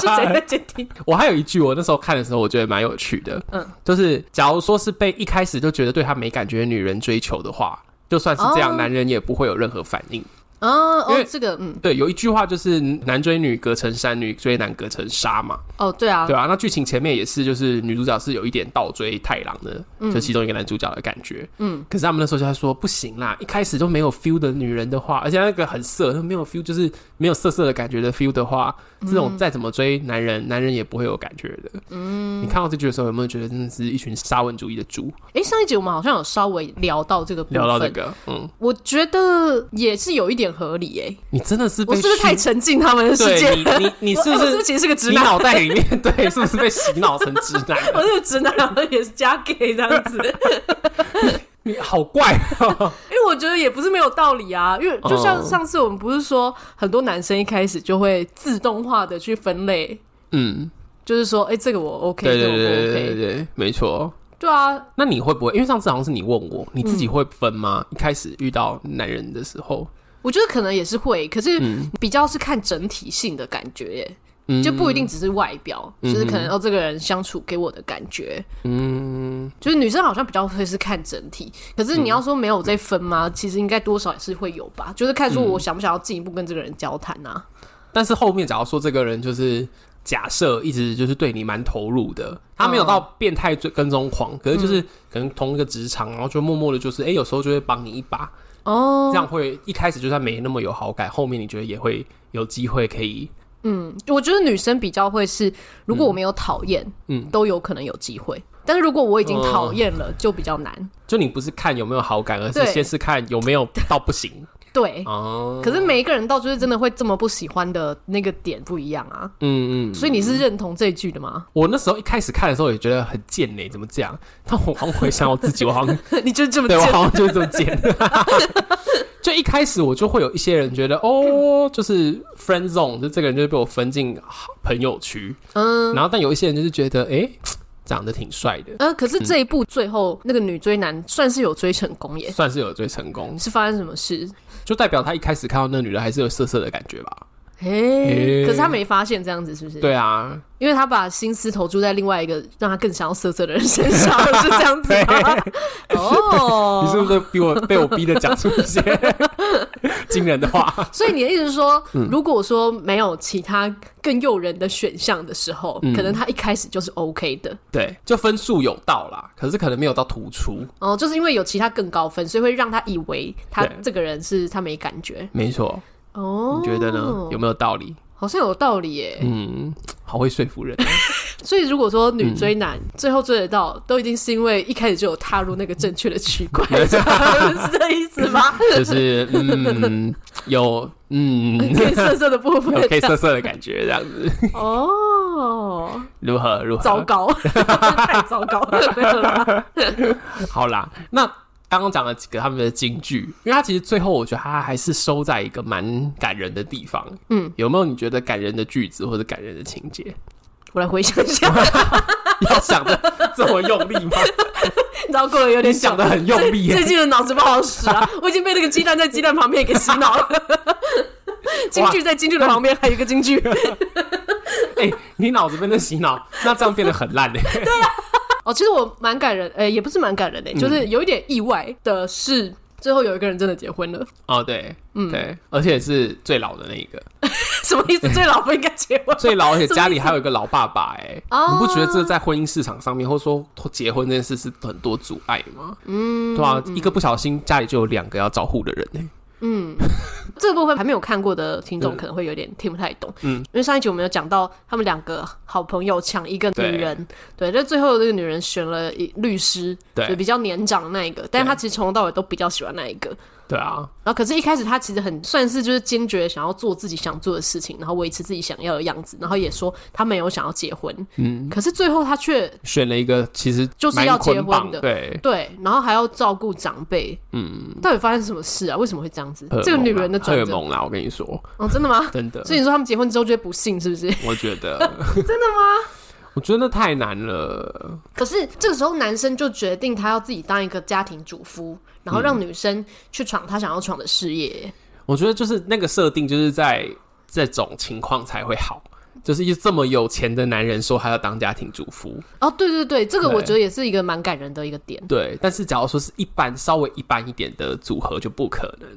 S2: 是谁在监听？
S1: 我还有一句，我那时候看的时候，我觉得蛮有趣的。
S2: 嗯
S1: 嗯，就是假如说是被一开始就觉得对他没感觉的女人追求的话，就算是这样，
S2: 哦
S1: 男人也不会有任何反应。
S2: 哦
S1: 因
S2: 哦
S1: 为，
S2: 这个嗯，
S1: 对，有一句话就是“男追女隔层山，女追男隔层纱”嘛，
S2: 哦对啊
S1: 对，啊，那剧情前面也是，就是女主角是有一点倒追太郎的，
S2: 嗯
S1: 就其中一个男主角的感觉。嗯，可是他们那时候就在说不行啦，一开始就没有 feel 的女人的话，而且那个很色，没有 feel 就是没有色色的感觉的 feel 的话，这
S2: 嗯
S1: 种再怎么追男人，男人也不会有感觉的。嗯，你看到这句的时候，有没有觉得真的是一群沙文主义的猪？
S2: 哎，上一集我们好像有稍微聊到这个部分，
S1: 聊到这个，嗯，
S2: 我觉得也是有一点合理哎、
S1: 你真的是
S2: 我
S1: 被
S2: 是不是
S1: 熏
S2: 太沉浸他们的世界？
S1: 对你你你是不
S2: 我我是不
S1: 是
S2: 是其实是个直
S1: 你
S2: 男？
S1: 脑袋里面 对是不是被洗脑成直男？
S2: 我是个直男，然后也是加给这样 子，
S1: 你好怪 哦，
S2: 因为我觉得也不是没有道理啊。因为就像
S1: 哦
S2: 上次我们不是说，很多男生一开始就会自动化的去分类，
S1: 嗯，
S2: 就是说，哎、这个我 OK，
S1: 对
S2: 这
S1: 对
S2: 个我
S1: 对
S2: 不
S1: 对
S2: OK，
S1: 对对，没错。
S2: 对啊，
S1: 那你会不会？因为上次好像是你问我，你自己会分吗？一开始遇到男人的时候，
S2: 我觉得可能也是会，可是
S1: 嗯
S2: 比较是看整体性的感觉耶、
S1: 嗯
S2: 就不一定只是外表，
S1: 嗯
S2: 就是可能哦，这个人相处给我的感觉，
S1: 嗯，
S2: 就是女生好像比较会是看整体，可是你要说没有在分吗？
S1: 嗯
S2: 其实应该多少也是会有吧，就是看说我想不想要进一步跟这个人交谈啊。
S1: 但是后面假如说这个人就是假设一直就是对你蛮投入的，他没有到变态追跟踪狂，可是就是可能同一个职场，然后就默默的，就是哎、有时候就会帮你一把，
S2: 哦
S1: 这样会一开始就算没那么有好感，后面你觉得也会有机会可以
S2: 嗯，我觉得女生比较会是，如果我没有讨厌，
S1: 嗯
S2: 嗯，都有可能有机会。但是如果我已经讨厌了，就比较难。
S1: 就你不是看有没有好感，而是
S2: 对
S1: 先是看有没有到不行
S2: 对，
S1: 哦。
S2: 可是每一个人到就是真的会这么不喜欢的那个点不一样啊。
S1: 嗯嗯，
S2: 所以你是认同这一句的吗？
S1: 我那时候一开始看的时候也觉得很贱呢、怎么这样？但我好像回想我自 己，我好像
S2: 你就这么
S1: 对我
S2: 贱
S1: 好像就是这么贱。 就一开始我就会有一些人觉得，哦，就是 friend zone，就这个人就是被我分进朋友区。
S2: 嗯
S1: 然后，但有一些人就是觉得，哎、长得挺帅的，
S2: 呃，可是这一部最后那个女追男算是有追成功耶，
S1: 算是有追成功，
S2: 是发生什么事？
S1: 就代表他一开始看到那女的还是有色色的感觉吧？
S2: 诶，
S1: 诶
S2: 可是他没发现这样子，是不是？，
S1: 对啊，
S2: 因为他把心思投注在另外一个让他更想要色色的人身上，是这样子吗？哦，
S1: 你是不是逼我被我逼的讲出一 些惊人的话？
S2: 所以你的意思是说，
S1: 嗯
S2: 如果说没有其他更诱人的选项的时候，
S1: 嗯
S2: 可能他一开始就是 OK 的
S1: 对，就分数有到啦，可是可能没有到突出。
S2: 哦，就是因为有其他更高分，所以会让他以为他
S1: 对
S2: 这个人是他没感觉
S1: 没错，
S2: 哦。
S1: 你觉得呢？ 有没有道理？哎
S2: 好像有道理耶。
S1: 嗯，好会说服人。
S2: 所以如果说女追男、
S1: 嗯
S2: 最后追得到，都一定是因为一开始就有踏入那个正确的区块，
S1: 嗯
S2: 是这意思吗？
S1: 就是嗯，有嗯，
S2: 可以色色的部分
S1: 有可以色色的感觉，这样子
S2: 哦，
S1: 如何如何？
S2: 糟糕，太糟糕了，没有啦
S1: 好啦，那刚刚讲了几个他们的金句，因为他其实最后我觉得他还是收在一个蛮感人的地方。
S2: 嗯，
S1: 有没有你觉得感人的句子或者感人的情节？
S2: 我来回想一下，
S1: 要想的这么用力吗？
S2: 你知道过得 有
S1: 你
S2: 点久
S1: 想的很用力耶
S2: 最近的脑子不好使啊！我已经被那个鸡蛋在鸡蛋旁边给洗脑 了。京剧在京剧的旁边还有一个 京剧
S1: 哎、你脑子被那洗脑，那这样变得很烂哎、
S2: 哦，其实我蛮感人，呃、也不是蛮感人的、
S1: 嗯
S2: 就是有一点意外的是，最后有一个人真的结婚了，
S1: 哦，对，嗯，对，而且是最老的那一个，
S2: 什么意思？最老不应该结婚？
S1: 最老，而且家里还有一个老爸爸哎、
S2: 哦
S1: 你不觉得这在婚姻市场上面，或者说结婚这件事是很多阻碍吗？嗯，对啊，一个不小心家里就有两个要照顾的人哎、
S2: 这个部分还没有看过的听众可能会有点听不太懂，嗯，因为上一集我们有讲到他们两个好朋友抢一个女人，对，但最后这个女人选了一律师，
S1: 对
S2: 就比较年长的那一个，但是她其实从头到尾都比较喜欢那一个，
S1: 对啊，
S2: 然后可是，一开始她其实很算是就是坚决想要做自己想做的事情，然后维持自己想要的样子，然后也说她没有想要结婚，嗯，可是最后她却
S1: 选了一个其实
S2: 就是要
S1: 蛮捆
S2: 结婚
S1: 绑
S2: 的
S1: 对，
S2: 对，然后还要照顾长辈，嗯，啊到底发生什么事啊？为什么会这样子？这个女人的
S1: 荷
S2: 转
S1: 尔
S2: 折，
S1: 蒙啦，我跟你说，
S2: 哦，真的吗？
S1: 真的，
S2: 所以你说他们结婚之后就会不幸，是不是？
S1: 我觉得真的吗？我觉得那太难了，
S2: 可是这个时候，男生就决定他要自己当一个家庭主夫，然后让女生去闯他想要闯的事业。
S1: 我觉得就是那个设定就是在这种情况才会好。就是一这么有钱的男人说他要当家庭主妇，
S2: 哦，对对对，这个我
S1: 对
S2: 觉得也是一个蛮感人的一个点。
S1: 对，但是假如说是一般稍微一般一点的组合就不可能。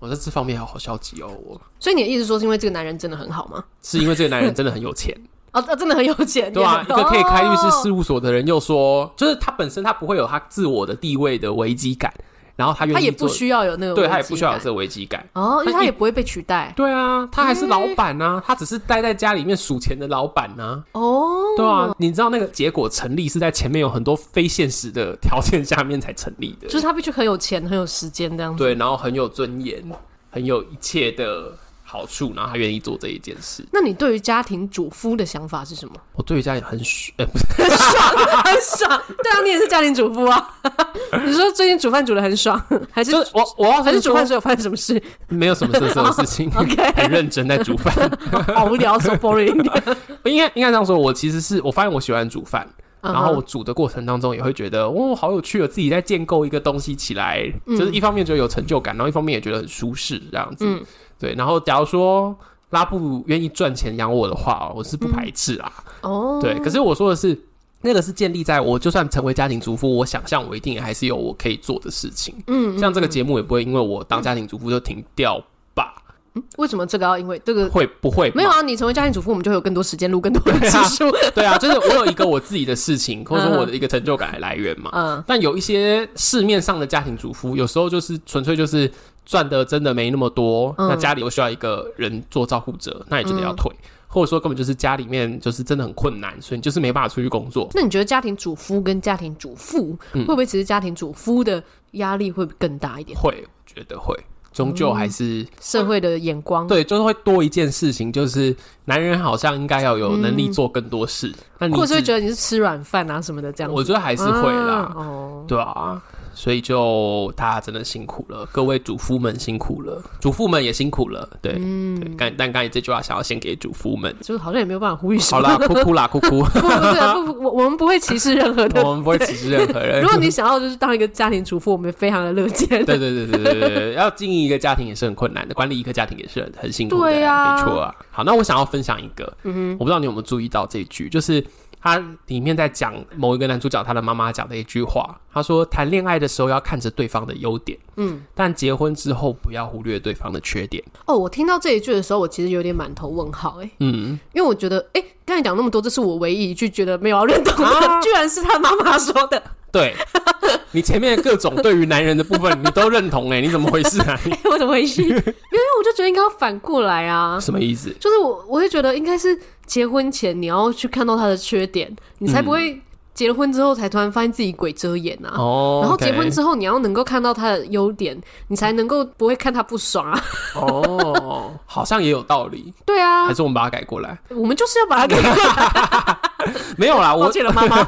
S1: 我在这方面好消极哦，我
S2: 所以你的意思说，是因为这个男人真的很好吗？
S1: 是因为这个男人真的很有 钱，
S2: 哦，他真的很有钱，
S1: 对啊，一
S2: 你
S1: 个可以开律师
S2: 哦
S1: 事务所的人又说，就是他本身他不会有他自我的地位的危机感，然后他愿意
S2: 他也
S1: 做
S2: 不需要有那个危机感，
S1: 对他也不需要有这危机感。
S2: 哦，因为
S1: 他
S2: 他
S1: 一
S2: 也不会被取代
S1: 对啊，他还是老板啊，他只是待在家里面数钱的老板啊。
S2: 哦。
S1: 对啊，你知道那个结果成立是在前面有很多非现实的条件下面才成立的
S2: 就，是他必须很有钱、很有时间这样子。
S1: 对，然后很有尊严，很有一切的好处，然后他愿意做这一件事。
S2: 那你对于家庭主夫的想法是什么？
S1: 我对于家里很爽，呃，不是，
S2: 很爽，很爽。对啊，你也是家庭主妇 啊。你说最近煮饭煮的很爽，还是
S1: 就是我我要
S2: 还
S1: 是
S2: 是煮
S1: 说
S2: 饭时候有发生什 么事？
S1: 没有什么色色的事情
S2: OK
S1: 很认真在煮饭。
S2: 好无聊，so boring。
S1: 应该应该这样说，我其实是我发现我喜欢煮饭，
S2: 嗯哼
S1: 然后我煮的过程当中也会觉得，哦，好有趣哦，自己在建构一个东西起来，就是一方面觉得有成就感，然后一方面也觉得很舒适这样子。
S2: 嗯
S1: 对，然后假如说拉布愿意赚钱养我的话，哦我是不排斥啊啦。
S2: 哦，
S1: 对，可是我说的是。那个是建立在我就算成为家庭主妇，我想象我一定还是有我可以做的事情。
S2: 嗯，
S1: 像这个节目也不会因为我当家庭主妇就停掉吧？
S2: 为什么这个要因为这个
S1: 会不会吧？
S2: 没有啊？你成为家庭主妇，我们就会有更多时间录更多 的
S1: 对
S2: 集
S1: 啊
S2: 数。
S1: 对啊，就是我有一个我自己的事情，或者说我的一个成就感的来源嘛。
S2: 嗯，
S1: 但有一些市面上的家庭主妇，有时候就是纯粹就是赚的真的没那么多，
S2: 嗯
S1: 那家里又需要一个人做照顾者，那你就得要退，或者说根本就是家里面就是真的很困难，所以你就是没办法出去工作。
S2: 那你觉得家庭主夫跟家庭主妇、
S1: 嗯
S2: 会不会其实家庭主夫的压力会更大一点？
S1: 会，我觉得会，终究
S2: 嗯
S1: 还是、
S2: 社会的眼光，
S1: 对，就是会多一件事情，就是男人好像应该要有能力做更多事，那你
S2: 嗯或者是会
S1: 自
S2: 觉得你是吃软饭啊什么的这样子，
S1: 我觉得还是会啦
S2: 啊，哦，
S1: 对啊。所以就大家真的辛苦了，各位主妇们辛苦了，主妇们也辛苦了，对，
S2: 嗯
S1: 对。但但刚才这句话想要先给主妇 们，
S2: 就是好像也没有办法呼吁什
S1: 好
S2: 么。
S1: 啦，哭哭啦，哭哭，
S2: 不不不不，我我们不会歧视任何的。
S1: 我们不会歧视任何人
S2: 如。果你想要就是当一个家庭主妇，我们非常的乐见。
S1: 呃 对对对对对对对，要经营一个家庭也是很困难的，管理一个家庭也是很很辛苦的，
S2: 对嗯啊
S1: 没错啊。好，那我想要分享一个，我不知道你有没有注意到这一句，就是他里面在讲某一个男主角他的妈妈讲的一句话，他说谈恋爱的时候要看着对方的优点，
S2: 嗯，
S1: 但结婚之后不要忽略对方的缺点，
S2: 哦，我听到这一句的时候，我其实有点满头问号哎、
S1: 嗯，
S2: 因为我觉得哎，刚、才讲那么多，这是我唯一一句觉得没有要认同的，
S1: 啊
S2: 居然是他妈妈说 的。
S1: 对。你前面的各种对于男人的部分，你都认同哎、你怎么回事 啊？你
S2: 我怎么回事？没有，因为我就觉得应该要反过来啊，
S1: 什么意思？
S2: 就是我我会觉得应该是结婚前你要去看到他的缺点，你才不会结了婚之后才突然发现自己鬼遮眼啊。
S1: 嗯哦，
S2: 然后结婚
S1: OK
S2: 之后，你要能够看到他的优点，你才能够不会看他不爽 啊。
S1: 哦，好像也有道理，
S2: 对啊
S1: 还，是我们把它改过来？
S2: 我们就是要把他给
S1: 没有啦，
S2: 抱
S1: 我
S2: 歉了，妈妈。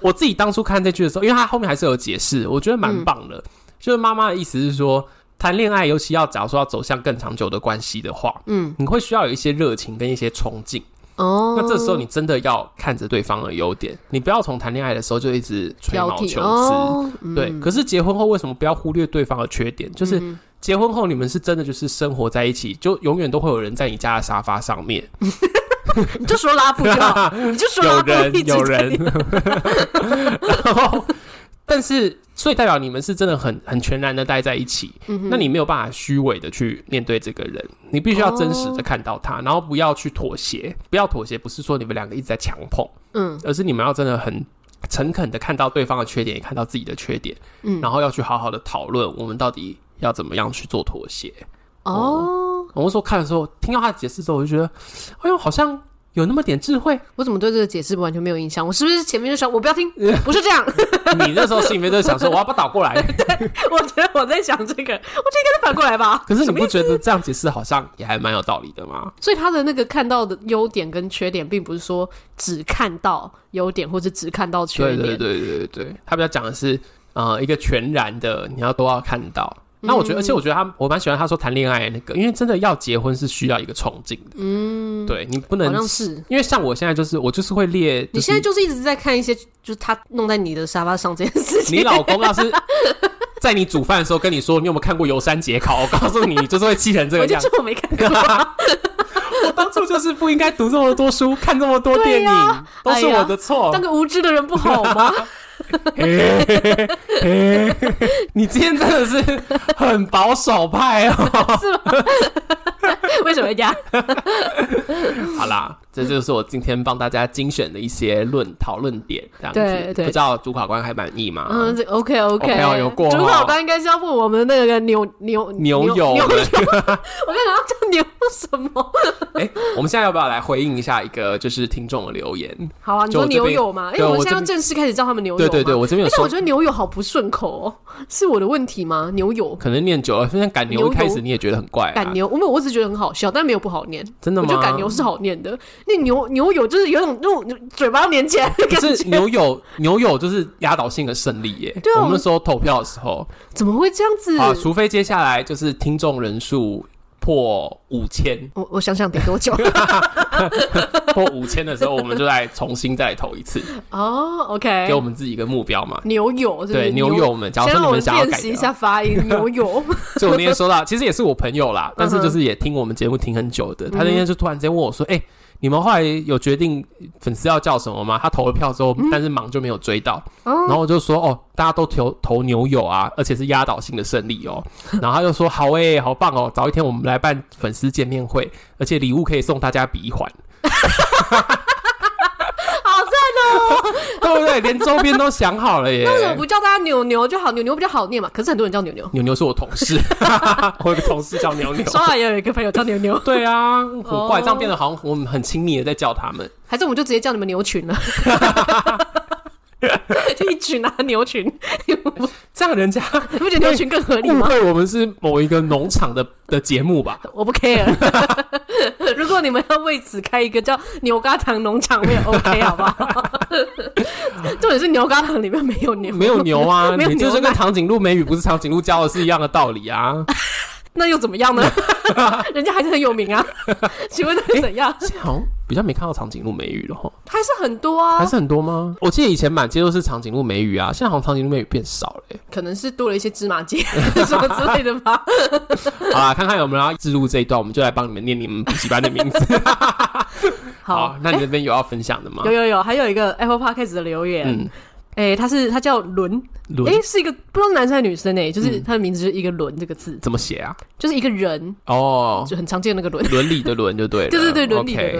S1: 我自己当初看这句的时候，因为他后面还是有解释，我觉得蛮棒
S2: 嗯
S1: 的。就是妈妈的意思是说，谈恋爱尤其要假如说要走向更长久的关系的话，
S2: 嗯，
S1: 你会需要有一些热情跟一些冲劲。
S2: 哦，
S1: 那这时候你真的要看着对方的优点，你不要从谈恋爱的时候就一直吹
S2: 挑
S1: 毛求
S2: 剔
S1: 疵。
S2: 哦，嗯
S1: 对，可是结婚后为什么不要忽略对方的缺点？就是结婚后你们是真的就是生活在一起，就永远都会有人在你家的沙发上面，
S2: 你就说拉布就 好，你就说
S1: 有
S2: 拉布，一
S1: 人
S2: 直在
S1: 有 人，然后但是所以代表你们是真的很很全然的待在一起，
S2: 嗯
S1: 那你没有办法虚伪的去面对这个人，你必须要真
S2: 哦
S1: 实的看到他，然后不要去妥协，不要妥协，不是说你们两个一直在强碰，
S2: 嗯
S1: 而是你们要真的很。诚恳的看到对方的缺点，也看到自己的缺点，
S2: 嗯
S1: 然后要去好好的讨论，我们到底要怎么样去做妥协。
S2: 哦，
S1: 我那时候看的时候，听到他的解释之后，我就觉得，哎呦，好像有那么点智慧，
S2: 我怎么对这个解释完全没有印象？我是不是前面就想我不要听，不是这样？
S1: 你那时候心里面就想说，我要不要倒过来？
S2: 我觉得我在想这个，我觉得应该是反过来吧。
S1: 可是你
S2: 什么
S1: 不
S2: 意思
S1: 觉得这样解释好像也还蛮有道理的吗？
S2: 所以他的那个看到的优点跟缺点，并不是说只看到优点或者只看到缺
S1: 对
S2: 点。
S1: 对对对对对，他比较讲的是，呃，一个全然的，你要都要看到。那我
S2: 嗯
S1: 觉得，而且我觉得他，我蛮喜欢他说谈恋爱的那个，因为真的要结婚是需要一个憧憬的。嗯，对你不
S2: 好
S1: 能
S2: 像，是。
S1: 因为像我现在就是我就是会列，
S2: 你
S1: 就是
S2: 现在就是一直在看一些，就是他弄在你的沙发上这件事 情。
S1: 你老公要啊 是在你煮饭的时候跟你说，你有没有看过《游山解考》？我告诉你，你就是会气成这
S2: 我
S1: 个
S2: 就
S1: 样子。
S2: 说我没看过，
S1: 我当初就是不应该读这么多书，看这么多电影，都是我的错。
S2: 哎当个无知的人不好 吗？
S1: 嘿嘿嘿嘿 你今天真的是很保守派 哦。
S2: 为什么呀？
S1: 好啦，这就是我今天帮大家精选的一些论讨论点，这样子。
S2: 对对
S1: 不知道主考官还满意吗？
S2: 嗯，这 OK
S1: OK 哦有过哦
S2: 主考官应该是要问我们那个牛牛
S1: 牛
S2: 牛
S1: 友
S2: 牛，我
S1: 们
S2: 刚想要叫牛什么？
S1: 哎、 我们现在要不要来回应一下一个就是听众的留言？
S2: 好啊，你
S1: 就
S2: 说
S1: 我这
S2: 牛
S1: 边
S2: 友嘛？因为
S1: 对
S2: 我
S1: 我
S2: 们现
S1: 这
S2: 在要
S1: 边
S2: 正式开始叫他们牛友
S1: 对对对，
S2: 嘛
S1: 我这边
S2: 欸
S1: 有
S2: 但我
S1: 说
S2: 觉，得牛友好不顺口哦，是我的问题吗？牛友
S1: 可能念久了，现在赶牛
S2: 牛
S1: 一开始
S2: 油
S1: 你也觉得很怪、啊，啊
S2: 赶牛，我没有，我只觉得很好笑，但没有不好念。
S1: 真的
S2: 我
S1: 吗？
S2: 觉得赶牛是好念的，那牛牛友就是有种那种嘴巴要连起来的感
S1: 可是
S2: 觉。
S1: 牛友牛友就是压倒性的胜利耶！
S2: 对啊
S1: 我
S2: 我
S1: 们
S2: 们
S1: 那时候投票的时候，
S2: 怎么会这样子？
S1: 啊，除非接下来就是听众人数破五
S2: ，
S1: 千
S2: 我我想想得多久？
S1: 破五千的时候，我们就来重新再来投一次，
S2: 哦，OK，
S1: 给我们自己一个目标嘛。
S2: 牛友是不是
S1: 对，牛友。们，假
S2: 先
S1: 如
S2: 让
S1: 说你
S2: 我
S1: 们想要
S2: 练
S1: 改
S2: 习
S1: 的
S2: 一
S1: 话，
S2: 下发音， 牛友。
S1: 就我那天收到，其实也是我朋友啦，但是
S2: 嗯哼
S1: 就是也听我们节目听很久的，他那天就突然间问我说：“哎、你们后来有决定粉丝要叫什么吗？”他投了票之后，
S2: 嗯
S1: 但是忙就没有追到，然后我就说：“哦，大家都投投牛友啊，而且是压倒性的胜利哦。”然后他就说：“好诶、好棒哦，早一天我们来办粉丝见面会，而且礼 物可以送大家鼻环。
S2: 好赞哦！
S1: 对不对？连周边都想好了耶
S2: 那。为什么不叫大家扭牛就好？扭牛比较好念嘛。可是很多人叫牛牛，
S1: 牛牛是我同 事，我有个同事叫牛牛。
S2: 刷牙也有一个朋友叫牛 牛，
S1: 对啊，很怪，这样变得好像我们很亲密的在叫他们。
S2: 还是我们就直接叫你们牛 群了。就一群啊，牛群，你不
S1: 这样人家
S2: 觉得牛群更合理
S1: 误
S2: 吗？
S1: 会我们是某一个农场的 的节目吧？
S2: 我 不 care。如果你们要为此开一个叫牛轧糖农场，我也 OK，好不好？重点是牛轧糖里面没有牛，
S1: 没有牛啊，
S2: 没有
S1: 你这
S2: 牛
S1: 就跟
S2: 奶，
S1: 长颈鹿美语不是长颈鹿教的是一样的道理 啊。
S2: 那又怎么 样呢？人家还是很有名啊，请问那又怎样？
S1: 现在好像比较没看到长颈鹿美语了哈，
S2: 还是很多啊，
S1: 还是很多吗？我记得以前满街都是长颈鹿美语啊，现在好像长颈鹿美语变少了 耶、欸
S2: 可能是多了一些芝麻街 什么之类的吧。
S1: 好啦，看看有没有要置入这一段，我们就来帮你们念你们补习班的名 字。好，那你那边有要分享的吗
S2: 有？有有，还有一个 Apple Podcast 的留言，
S1: 啊嗯，
S2: 哎、他是他叫伦，
S1: 伦嗯
S2: 哎、是一个不知道是男生还是女生呢、就是他的名字就是一个伦这个字，
S1: 怎么写啊？
S2: 就是一个人，
S1: 哦，
S2: 就很常见的那个伦。
S1: 伦理的伦就对了。呃
S2: 对对对，伦理的
S1: OK 嗯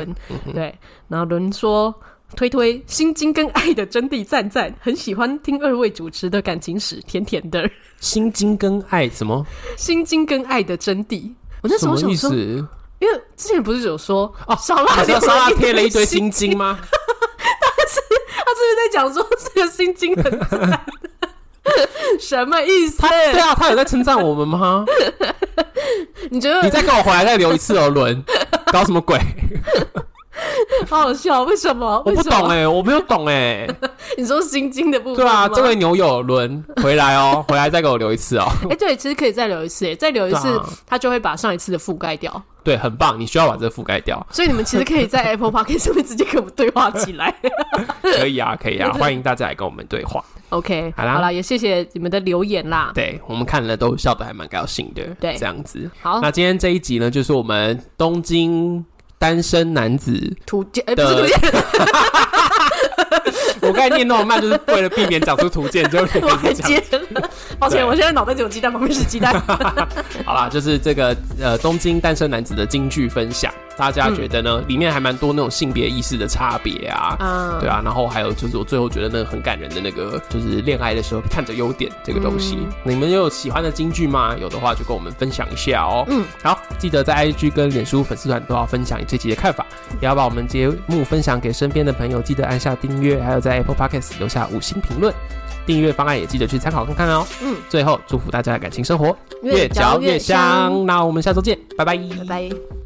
S2: 伦。对，然后伦说。推推心经跟爱的真谛赞赞，很喜欢听二位主持的感情史，甜甜的。
S1: 心经跟爱什么？
S2: 心经跟爱的真谛，我那时
S1: 什
S2: 候
S1: 么
S2: 想
S1: 意
S2: 说，
S1: 思？
S2: 因为之前不是有说啊
S1: 哦
S2: 烧腊
S1: 好像
S2: 里
S1: 烧腊
S2: 面
S1: 贴了一堆
S2: 心
S1: 心经 吗？
S2: 他是不是在讲说这个心经很赞？ 什么意思？
S1: 对啊，他有在称赞我们 吗？
S2: 你觉
S1: 你
S2: 得
S1: 再跟我回来再留一次哦， 伦，搞什么鬼？
S2: 好好笑？为什么？
S1: 我
S2: 为
S1: 不
S2: 什么
S1: 懂哎、我没有懂 哎、
S2: 你说心经的部分
S1: 对啊，
S2: 吗
S1: 这位牛友伦回来哦， 回来再给我留一次哦。
S2: 哎、对，其实可以再留一次，哎再留一次
S1: 对啊，
S2: 他就会把上一次的覆盖掉。
S1: 对，很棒，你需要把这覆盖 掉，
S2: 所以你们其实可以在 Apple Park 上面直接跟我们对话起来。
S1: 可以啊，可 以啊，欢迎大家来跟我们对话。
S2: OK，
S1: 好啦
S2: 好啦，也谢谢你们的留言啦。
S1: 对我们看了都笑得还蛮高兴的，
S2: 对哦
S1: 这样子。
S2: 好，
S1: 那今天这一集呢，就是我们东京单身男子，
S2: 图鉴，哎、不是
S1: 的
S2: 图鉴，
S1: 我刚才念那么慢，就是为了避免讲出图鉴， 就
S2: 我还
S1: 讲
S2: 接了。抱歉，
S1: 对
S2: 我现在脑袋只有鸡蛋，旁边是鸡蛋。
S1: 好啦，就是这个呃东京单身男子的京剧分享，大家觉得呢？里面还蛮多那种性别意识的差别啊。
S2: 嗯
S1: 对啊，然后还有就是我最后觉得那个很感人的那个，就是恋爱的时候看着优点这个东
S2: 嗯
S1: 西。你们有喜欢的京剧吗？有的话就跟我们分享一下哦。嗯，好，记得在 IG 跟脸书粉丝团都要分享你这集的看法，也要把我们节目分享给身边的朋友，记得按下订阅，还有在 Apple Podcast 留下五星评论。订阅方案也记得去参考看看哦。
S2: 嗯，
S1: 最后祝福大家的感情生活
S2: 越嚼越香
S1: 那我们下周见，拜拜，拜
S2: 拜拜。